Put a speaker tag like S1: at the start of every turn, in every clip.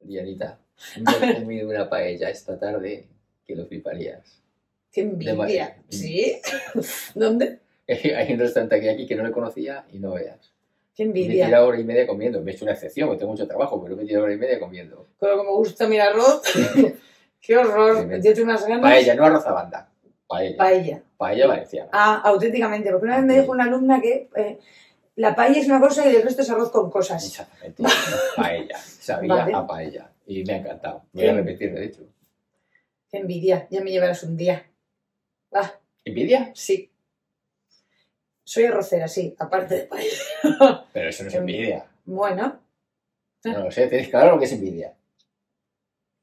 S1: Dianita, yo he comido una paella esta tarde que lo fliparías.
S2: ¡Qué
S1: De Madrid.
S2: envidia! ¿Sí? ¿Dónde?
S1: Hay un restaurante aquí, aquí que no le conocía y no veas.
S2: ¡Qué
S1: Me he
S2: envidia!
S1: tirado hora y media comiendo. Me he hecho una excepción, porque tengo mucho trabajo, pero me he tirado hora y media comiendo.
S2: Con lo que me gusta mi arroz. ¡Qué horror!
S1: Tremendo.
S2: Yo tengo unas ganas.
S1: Paella, no arroz a banda. Paella.
S2: Paella.
S1: Paella valenciana.
S2: Ah, auténticamente. Porque una vez me dijo una alumna que eh, la paella es una cosa y el resto es arroz con cosas.
S1: Exactamente. Paella. Sabía
S2: Vale.
S1: a paella. Y me ha encantado. Voy a
S2: Sí.
S1: repetir, de hecho.
S2: ¡Qué envidia! Ya me llevarás un día. Ah,
S1: ¿Envidia?
S2: sí. Soy arrocera, sí, aparte de paella.
S1: Pero eso no
S2: Em.
S1: es envidia.
S2: Bueno,
S1: No lo sé, tienes claro lo que es envidia.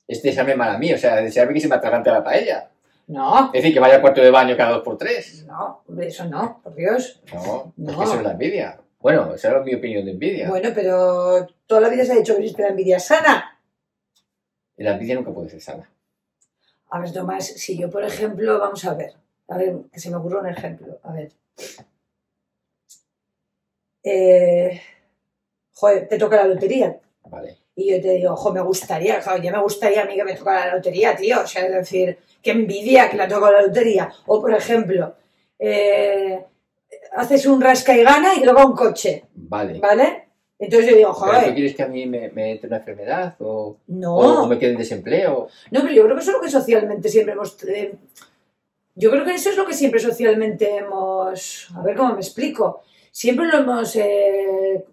S1: Este Es desearme mal a mí, o sea, desearme que se me atragante la paella.
S2: no,
S1: Es decir, que vaya al cuarto de baño cada dos por tres.
S2: no, hombre, eso no, por Dios.
S1: No,
S2: No.
S1: es que eso es la envidia. Bueno, esa es mi opinión de envidia.
S2: Bueno, pero toda la vida se ha dicho que existe la envidia sana.
S1: La envidia nunca puede ser sana.
S2: A ver, Tomás, si yo, por ejemplo, vamos a ver, a ver, que se me ocurre un ejemplo, a ver. Eh, joder, te toca la lotería.
S1: Vale.
S2: Y yo te digo, jo, me gustaría, claro, ya me gustaría a mí que me tocara la lotería, tío. O sea, es decir, qué envidia que la toca la lotería. O, por ejemplo, eh, haces un rasca y gana y te toca un coche.
S1: Vale.
S2: ¿Vale? Entonces yo digo,
S1: ¿Pero tú
S2: joder,
S1: quieres que a mí me, me entre una enfermedad o, o- o
S2: no.
S1: me quede en desempleo?
S2: No, pero yo creo que eso es lo que socialmente siempre hemos. eh, yo creo que eso es lo que siempre socialmente hemos. A ver cómo me explico. Siempre lo hemos eh,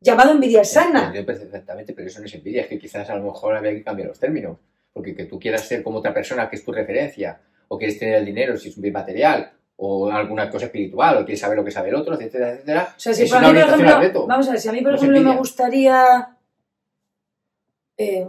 S2: llamado envidia sana.
S1: Entendido perfectamente, pero eso no es envidia, es que quizás a lo mejor había que cambiar los términos. Porque que tú quieras ser como otra persona que es tu referencia, o quieres tener el dinero si es un bien material, o alguna cosa espiritual, o quieres saber lo que sabe el otro, etcétera, etcétera.
S2: O sea, si
S1: es
S2: para
S1: una
S2: mí, por
S1: orientación al
S2: ejemplo,
S1: reto.
S2: vamos a ver, si a mí, por
S1: No es
S2: ejemplo, me
S1: envidia.
S2: gustaría eh,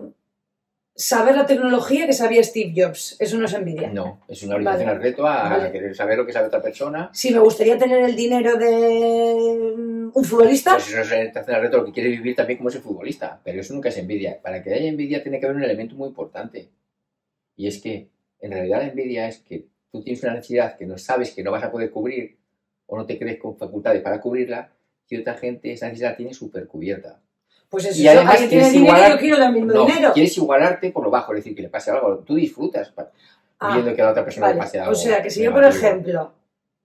S2: saber la tecnología que sabía Steve Jobs, eso no es envidia.
S1: No, es una orientación
S2: Vale.
S1: al reto a
S2: Vale.
S1: querer saber lo que sabe otra persona.
S2: Si me gustaría tener el dinero de mm, un futbolista,
S1: Pues eso es orientación al reto, lo que quiere vivir también como ese futbolista. Pero eso nunca es envidia. Para que haya envidia tiene que haber un elemento muy importante. Y es que, en realidad, la envidia es que tú tienes una necesidad que no sabes que no vas a poder cubrir o no te crees con facultades para cubrirla y otra gente esa necesidad la tiene súper cubierta.
S2: pues eso,
S1: y además
S2: alguien tiene
S1: quieres
S2: dinero y
S1: igualar-
S2: yo quiero el mismo dinero.
S1: quieres igualarte por lo bajo, es decir, que le pase algo. Tú disfrutas pa-
S2: Ah,
S1: viendo que a la otra persona le
S2: Vale,
S1: pase algo.
S2: o sea, que si yo, por
S1: negativo.
S2: ejemplo,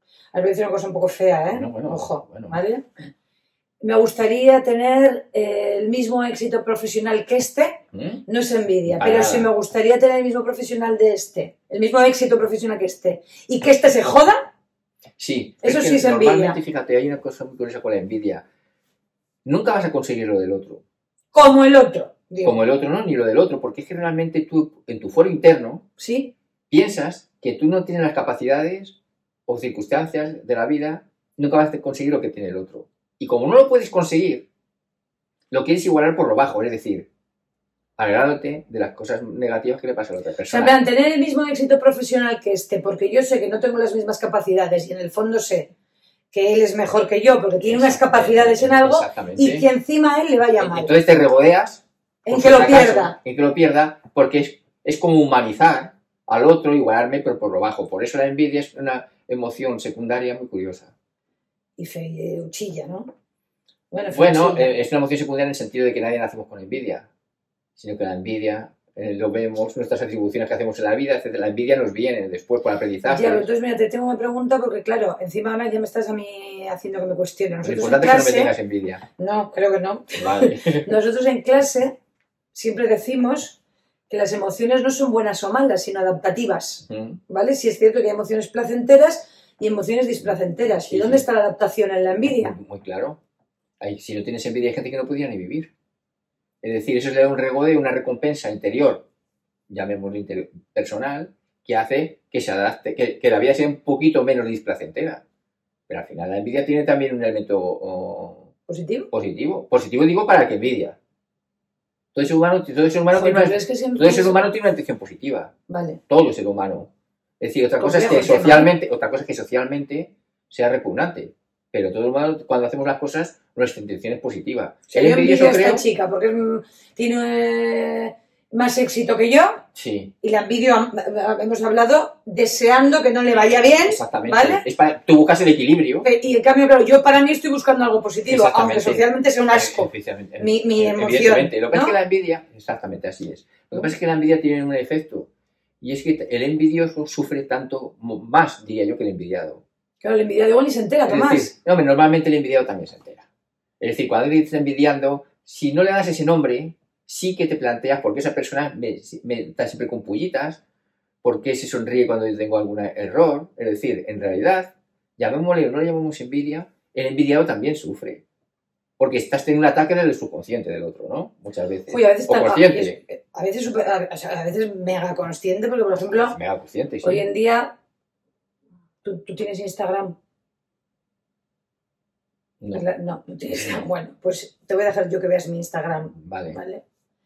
S2: os voy a decir una cosa un poco fea, ¿eh?
S1: Bueno, bueno,
S2: Ojo,
S1: bueno.
S2: ¿vale? Me gustaría tener eh, el mismo éxito profesional que este,
S1: ¿Mm?
S2: no es envidia,
S1: Para
S2: pero
S1: nada.
S2: si me gustaría tener el mismo profesional de este, el mismo éxito profesional que este, y que este se joda,
S1: Sí,
S2: Eso
S1: que
S2: sí es envidia.
S1: Normalmente, fíjate, hay una cosa muy curiosa con la envidia. Nunca vas a conseguir lo del otro,
S2: como el otro. Digo,
S1: como el otro no, ni lo del otro, porque es que realmente tú en tu foro interno
S2: ¿Sí?
S1: piensas que tú no tienes las capacidades o circunstancias de la vida, nunca vas a conseguir lo que tiene el otro. Y como no lo puedes conseguir, lo quieres igualar por lo bajo, es decir, agradándote de las cosas negativas que le pasan a la otra
S2: O sea,
S1: persona.
S2: en plan, tener el mismo éxito profesional que este, porque yo sé que no tengo las mismas capacidades y en el fondo sé que él es mejor que yo porque tiene unas
S1: Exactamente,
S2: capacidades en algo
S1: exactamente. Eh,
S2: y que encima a él le vaya mal.
S1: Entonces te regodeas
S2: En
S1: Por
S2: que
S1: si
S2: lo
S1: acaso,
S2: pierda.
S1: En que lo pierda, porque es, es como humanizar al otro, igualarme, pero por lo bajo. Por eso la envidia es una emoción secundaria muy curiosa.
S2: Y feuchilla, ¿no? Bueno,
S1: Bueno,
S2: feuchilla.
S1: eh, es una emoción secundaria en el sentido de que nadie nacemos con envidia, sino que la envidia eh, lo vemos, nuestras atribuciones que hacemos en la vida, etc. La envidia nos viene después por
S2: Ya,
S1: aprendizaje.
S2: pero entonces, mira, te tengo una pregunta porque, claro, encima ahora ya me estás a mí haciendo que me cuestione.
S1: Lo
S2: Nosotros en
S1: importante es que no me
S2: clase...
S1: tengas envidia.
S2: no, creo que no.
S1: Vale.
S2: Nosotros en clase siempre decimos que las emociones no son buenas o malas, sino adaptativas,
S1: Mm,
S2: ¿vale? Si es cierto que hay emociones placenteras y emociones displacenteras.
S1: Sí,
S2: ¿Y dónde
S1: sí.
S2: está la adaptación en la envidia?
S1: Muy claro. Hay- si no tienes envidia, hay gente que no podía ni vivir. Es decir, eso es un regodeo, una recompensa interior, llamémoslo interior, personal, que hace que se adapte, que, que la vida sea un poquito menos displacentera. Pero al final la envidia tiene también un elemento o,
S2: ¿Positivo?
S1: positivo. Positivo digo para el que envidia. Todo ser humano, todo ser humano, tiene,
S2: Joder,
S1: una,
S2: es que siempre
S1: todo ser
S2: es-
S1: humano tiene una intención positiva
S2: Vale.
S1: todo ser humano. Es decir, otra cosa es que
S2: Complejo el tema,
S1: socialmente, otra cosa es que socialmente sea repugnante. Pero todo humano, cuando hacemos las cosas, nuestra intención es positiva. Si
S2: Yo
S1: hay envidia,
S2: envidio
S1: yo
S2: a esta
S1: creo,
S2: chica porque mm, tiene eh, más éxito que yo
S1: Sí,
S2: y la envidio, a- a- hemos hablado, deseando que no le vaya bien,
S1: exactamente.
S2: ¿vale?
S1: Es para, tú buscas el equilibrio.
S2: Pe- Y en cambio, claro, yo para mí estoy buscando algo positivo, aunque
S1: Exactamente.
S2: socialmente sea un asco.
S1: Evidentemente,
S2: Mi- mi emoción,
S1: Eh, evidentemente. Lo que pasa
S2: ¿no?
S1: es que la envidia, exactamente así es. Lo que pasa es que la envidia tiene un efecto. Y es que el envidioso sufre tanto, mo- más diría yo, que el envidiado.
S2: Claro, la envidia de igual ni se entera,
S1: Es
S2: Tomás.
S1: decir, no, hombre, normalmente el envidiado también se entera. Es decir, cuando alguien te está envidiando, si no le das ese nombre, sí que te planteas por qué esa persona me, me está siempre con pullitas, por qué se sonríe cuando yo tengo algún error. Es decir, en realidad, llamémosle o no le llamemos envidia, el envidiado también sufre. Porque estás teniendo un ataque del subconsciente del otro, ¿no? Muchas veces.
S2: Uy, a veces,
S1: o
S2: ah, tan- a-
S1: consciente.
S2: a veces, super- a, o sea, a veces mega consciente, porque por ejemplo,
S1: Mega consciente, sí.
S2: hoy en día tú, tú tienes Instagram. Pues
S1: No.
S2: La- No, no tienes Instagram. Bueno, pues te voy a dejar yo que veas mi Instagram,
S1: Vale.
S2: ¿vale?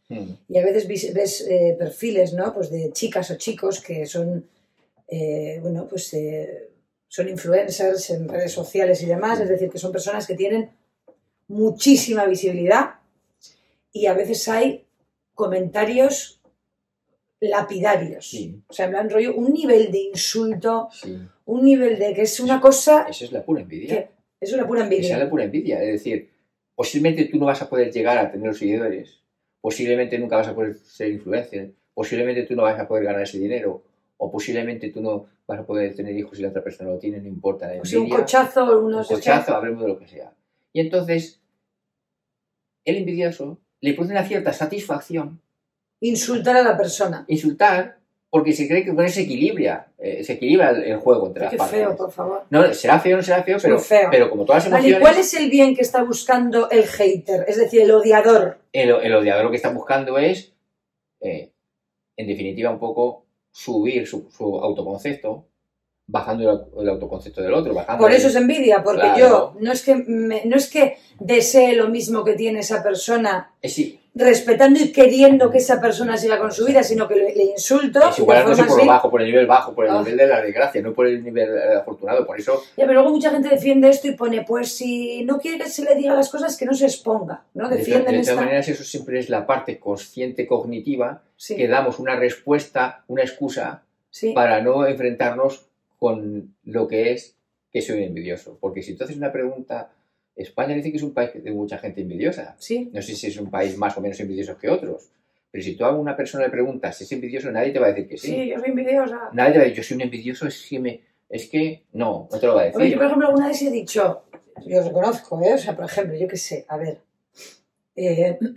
S1: Hmm.
S2: Y a veces vis- ves eh, perfiles, ¿no? Pues de chicas o chicos que son, eh, bueno, pues eh, son influencers en redes sociales y demás, es decir, que son personas que tienen muchísima visibilidad y a veces hay comentarios lapidarios.
S1: Sí,
S2: O sea, en plan rollo, un nivel de insulto,
S1: sí.
S2: un nivel de que es una cosa,
S1: Esa es la pura envidia.
S2: Que- es una pura
S1: que sea
S2: envidia.
S1: la pura envidia. Es decir, posiblemente tú no vas a poder llegar a tener los seguidores, posiblemente nunca vas a poder ser influencer, posiblemente tú no vas a poder ganar ese dinero, o posiblemente tú no vas a poder tener hijos si la otra persona lo tiene, no importa. La
S2: O sea, un
S1: envidia,
S2: cochazo,
S1: un
S2: unos...
S1: cochazo, hablemos de lo que sea. Y entonces, el envidioso le produce una cierta satisfacción
S2: Insultar a la persona.
S1: insultar porque se cree que con eso se equilibra, eh, se equilibra el, el juego entre las
S2: Qué
S1: partes.
S2: feo, por favor.
S1: No, será feo, no será feo,
S2: Es
S1: pero,
S2: muy feo.
S1: pero como todas las
S2: Vale, ¿y
S1: emociones...
S2: ¿cuál es el bien que está buscando el hater? Es decir, el odiador.
S1: el, el odiador lo que está buscando es, eh, en definitiva, un poco subir su, su autoconcepto, bajando el, el autoconcepto del otro, bajando.
S2: Por
S1: el-
S2: eso es envidia, porque
S1: Ah, pues, Claro.
S2: yo no es que me- no es que desee lo mismo que tiene esa persona,
S1: es, sí,
S2: respetando y queriendo que esa persona siga con su vida, sino que le, le insulto.
S1: es igualándose
S2: de
S1: por lo
S2: forma así.
S1: bajo, por el nivel bajo, por el
S2: Ah.
S1: nivel de la desgracia, no por el nivel eh, afortunado. Por eso,
S2: Ya, pero luego mucha gente defiende esto y pone, pues si no quiere que se le diga las cosas, que no se exponga, ¿no?
S1: de, esta-
S2: Defienden
S1: de
S2: esta...
S1: todas maneras, eso siempre es la parte consciente cognitiva
S2: Sí,
S1: que damos una respuesta, una excusa
S2: sí.
S1: para no enfrentarnos con lo que es que soy envidioso. Porque si tú haces una pregunta, España dice que es un país de mucha gente envidiosa.
S2: sí.
S1: No sé si es un país más o menos envidioso que otros, pero si tú a una persona le preguntas si es envidioso, nadie te va a decir que sí.
S2: Sí, yo soy envidiosa.
S1: Nadie te va a decir, yo soy un envidioso, es que, me- es que no, no te lo va a
S2: A ver,
S1: decir.
S2: yo, por ejemplo, alguna vez he dicho, yo reconozco, ¿eh? O sea, por ejemplo, yo qué sé, a ver. eh,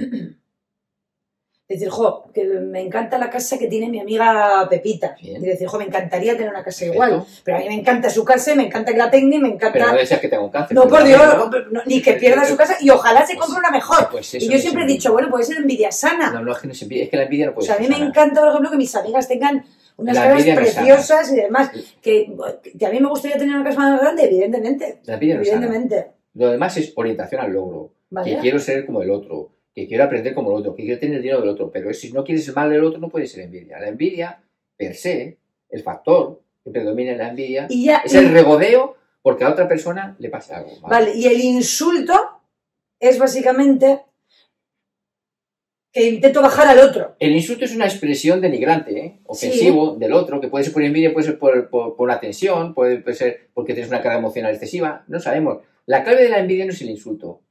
S2: decir, jo, que me encanta la casa que tiene mi amiga Pepita.
S1: Bien.
S2: Y decir, jo, me encantaría tener una casa
S1: Perfecto.
S2: igual. Pero a mí me encanta su casa, y me encanta que la tenga y
S1: Pero
S2: me
S1: no
S2: encanta.
S1: deseas que tenga un cáncer.
S2: no, por
S1: seguramente, ¿no?
S2: Dios, no, ni que pierda su casa y ojalá se
S1: Pues-
S2: compre una mejor.
S1: Pues eso
S2: Y
S1: no
S2: yo
S1: es
S2: siempre he
S1: envidia.
S2: dicho, bueno, puede ser envidia sana.
S1: No, no, es que no es envidia, es que la envidia no
S2: o
S1: puede
S2: sea, a mí
S1: ser
S2: me
S1: sana.
S2: encanta, por ejemplo, que mis amigas tengan unas
S1: La
S2: casas
S1: envidia no es sana.
S2: preciosas y demás. Que, que a mí me gustaría tener una casa más grande, evidentemente.
S1: La envidia no es sana.
S2: Evidentemente.
S1: Lo demás es orientación al logro, que
S2: Vale.
S1: quiero ser como el otro, que quiero aprender como el otro, que quiero tener el dinero del otro, pero si no quieres el mal del otro no puede ser envidia. La envidia, per se, el factor que predomina en la envidia
S2: Y ya.
S1: es el
S2: y-
S1: regodeo porque a otra persona le pasa algo. malo.
S2: vale, y el insulto es básicamente que intento bajar al otro.
S1: El insulto es una expresión denigrante, ¿eh? ofensivo del otro, que puede ser por envidia, puede ser por, por, por una tensión, puede, puede ser porque tienes una carga emocional excesiva, no sabemos. La clave de la envidia no es el insulto.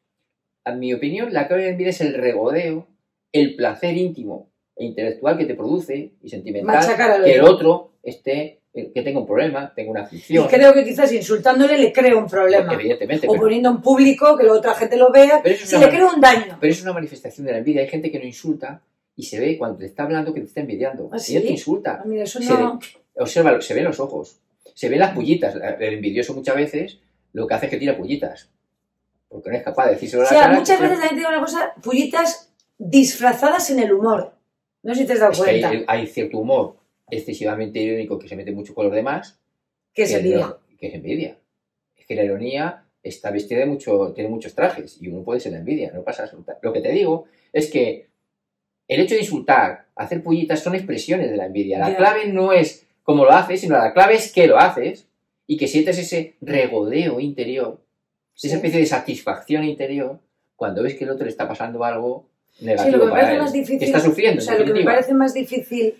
S1: En mi opinión, la clave de la envidia es el regodeo, el placer íntimo e intelectual que te produce y sentimental
S2: Machacar al
S1: que el
S2: otro.
S1: otro esté, eh, que tenga un problema, tenga una
S2: Y
S1: aflicción.
S2: creo que quizás insultándole le creo un problema.
S1: Evidentemente,
S2: O
S1: pero-
S2: poniendo en público que la otra gente lo vea.
S1: Pero eso es
S2: Si
S1: una
S2: le creo un daño.
S1: Pero es una manifestación de la envidia. Hay gente que no insulta y se ve cuando te está hablando que te está envidiando.
S2: ¿Ah,
S1: Y él
S2: sí?
S1: te insulta.
S2: Ah, Mira, eso
S1: Se
S2: no.
S1: Obsérvalo, se ven los ojos. Se ven las pullitas. El envidioso muchas veces lo que hace es que tira pullitas. Porque no es capaz de decírselo
S2: O
S1: a la
S2: sea,
S1: cara,
S2: muchas
S1: que-
S2: veces también te digo una cosa, pullitas disfrazadas en el humor. No sé si te has dado
S1: es que hay-
S2: cuenta.
S1: hay, cierto humor excesivamente irónico que se mete mucho con los demás.
S2: que se envidia.
S1: Eh, no- que es envidia. Es que la ironía está vestida de mucho, tiene muchos trajes y uno puede ser la envidia, no pasa absolutamente. Lo que te digo es que el hecho de insultar, hacer pullitas, son expresiones de la envidia. La
S2: Ya.
S1: clave no es cómo lo haces, sino la clave es que lo haces y que sientes ese regodeo interior,
S2: Sí.
S1: esa especie de satisfacción interior cuando ves que el otro le está pasando algo
S2: Sí,
S1: negativo
S2: lo que me
S1: para
S2: parece
S1: él.
S2: más difícil.
S1: Que está sufriendo,
S2: O
S1: en
S2: sea, lo que me
S1: definitiva.
S2: parece más difícil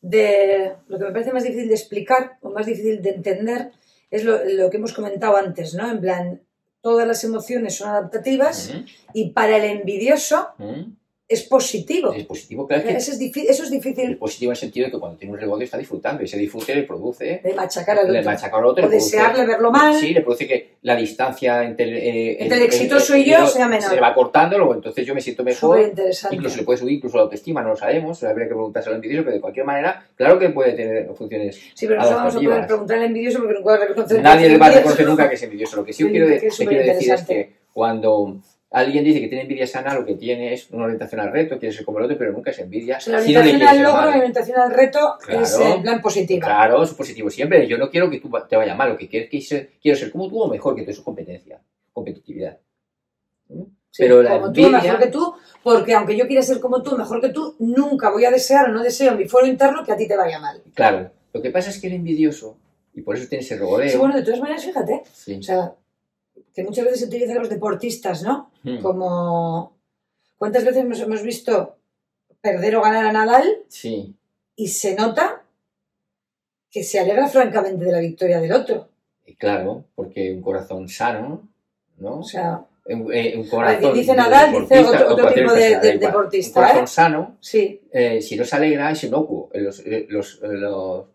S2: de. Lo que me parece más difícil de explicar o más difícil de entender es lo, lo que hemos comentado antes, ¿no? En plan, todas las emociones son adaptativas y para el envidioso
S1: Ujú, ujú.
S2: es positivo.
S1: Mm, Es positivo, claro que
S2: Eso es, difí- eso
S1: es
S2: es difícil
S1: positivo en el sentido de que cuando tiene un rebote está disfrutando y se disfrute le produce
S2: de machacar al
S1: le
S2: otro.
S1: machaca al otro
S2: O
S1: le produce-
S2: desearle verlo mal.
S1: Sí, le produce que la distancia entre, eh,
S2: Entre el exitoso y yo sea menor.
S1: Se va cortando, luego entonces yo me siento mejor.
S2: Súper interesante.
S1: Incluso le puede subir incluso la autoestima, no lo sabemos, habría que preguntarse al envidioso, pero de cualquier manera, claro que puede tener funciones.
S2: Sí, pero no se lo vamos a poder
S1: adaptativas.
S2: preguntar al envidioso porque no puedo reconocer.
S1: Nadie le va a
S2: envidioso.
S1: reconocer nunca que es envidioso. Lo que sí
S2: Sí,
S1: quiero, de-
S2: que es
S1: que quiero decir es
S2: superinteresante.
S1: que cuando alguien dice que tiene envidia sana, lo que tiene es una orientación al reto, quiere ser como el otro, pero nunca es envidia.
S2: O sea, la
S1: si no le
S2: orientación
S1: quieres
S2: al
S1: ser
S2: logro, la
S1: malo.
S2: orientación al reto es eh,
S1: Claro.
S2: en plan positiva.
S1: Claro, es positivo siempre. Yo no quiero que tú va- te vaya mal, lo que quiero, que ser- quiero ser como tú o mejor que tú, eso es competencia, competitividad.
S2: Sí,
S1: Pero la
S2: como tú,
S1: envidia-
S2: mejor que tú, porque aunque yo quiera ser como tú, mejor que tú, nunca voy a desear o no deseo en mi foro interno que a ti te vaya mal.
S1: Claro, lo que pasa es que el envidioso, y por eso tiene ese
S2: Sí,
S1: rodeo.
S2: bueno, de todas maneras, fíjate,
S1: sí.
S2: o sea, que muchas veces se utilizan los deportistas, ¿no?
S1: Mm,
S2: Como, ¿cuántas veces nos hemos visto perder o ganar a Nadal
S1: sí,
S2: y se nota que se alegra francamente de la victoria del otro?
S1: y claro, porque un corazón sano, ¿no?
S2: O sea,
S1: un, eh, un corazón.
S2: dice
S1: de
S2: Nadal, dice
S1: deportista
S2: otro-
S1: o
S2: otro
S1: cualquier
S2: tipo de-
S1: persona, da
S2: de
S1: igual.
S2: deportista,
S1: Un corazón
S2: ¿eh?
S1: sano,
S2: sí,
S1: eh, si no se alegra, es inocuo. eh, Los, eh, los, eh, los,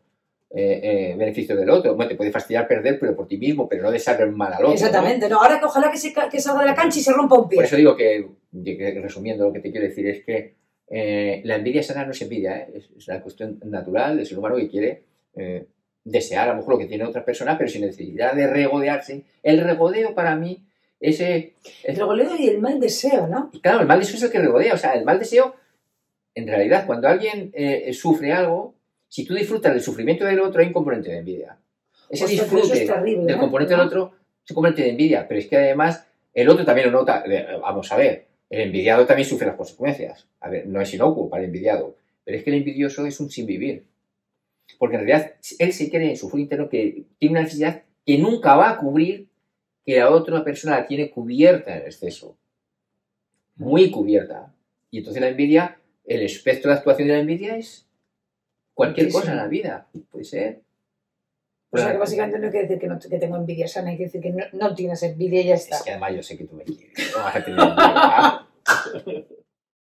S1: eh, eh, beneficios del otro. Bueno, te puede fastidiar perder, pero por ti mismo, pero no desear el mal al otro. Pues, ¿no?
S2: exactamente. No, ahora que ojalá que, se ca- que salga de la cancha y se rompa un
S1: Por
S2: pie.
S1: eso digo que, que- que resumiendo, lo que te quiero decir es que eh, la envidia sana no es envidia, ¿eh? es, es una cuestión natural del ser humano que quiere eh, desear a lo mejor lo que tiene otra persona, pero sin necesidad de regodearse. El regodeo para mí, ese.
S2: El goleo y el mal deseo, ¿no?
S1: y claro, el mal deseo es el que regodea, o sea, el mal deseo, en realidad, cuando alguien eh, sufre algo, si tú disfrutas del sufrimiento del otro, hay un componente de envidia. Ese
S2: Ostras, pero Pues, eso
S1: disfrute
S2: es terrible,
S1: del
S2: ¿eh?
S1: componente del otro se convierte en envidia, pero es que además el otro también lo nota. Eh, Vamos a ver, el envidiado también sufre las consecuencias. A ver, no es inocuo para el envidiado, pero es que el envidioso es un sin vivir. Porque en realidad él se cree en su fuero interno que tiene una necesidad que nunca va a cubrir, que la otra persona la tiene cubierta en exceso. Muy cubierta. Y entonces la envidia, el espectro de actuación de la envidia es cualquier
S2: Muchísimo.
S1: cosa en la vida. Puede ser.
S2: O sea que básicamente no hay que decir que, no, que tengo envidia sana, hay que decir que no, no tienes envidia y ya está.
S1: Es que además yo sé que tú me quieres. No vas a tener envidia.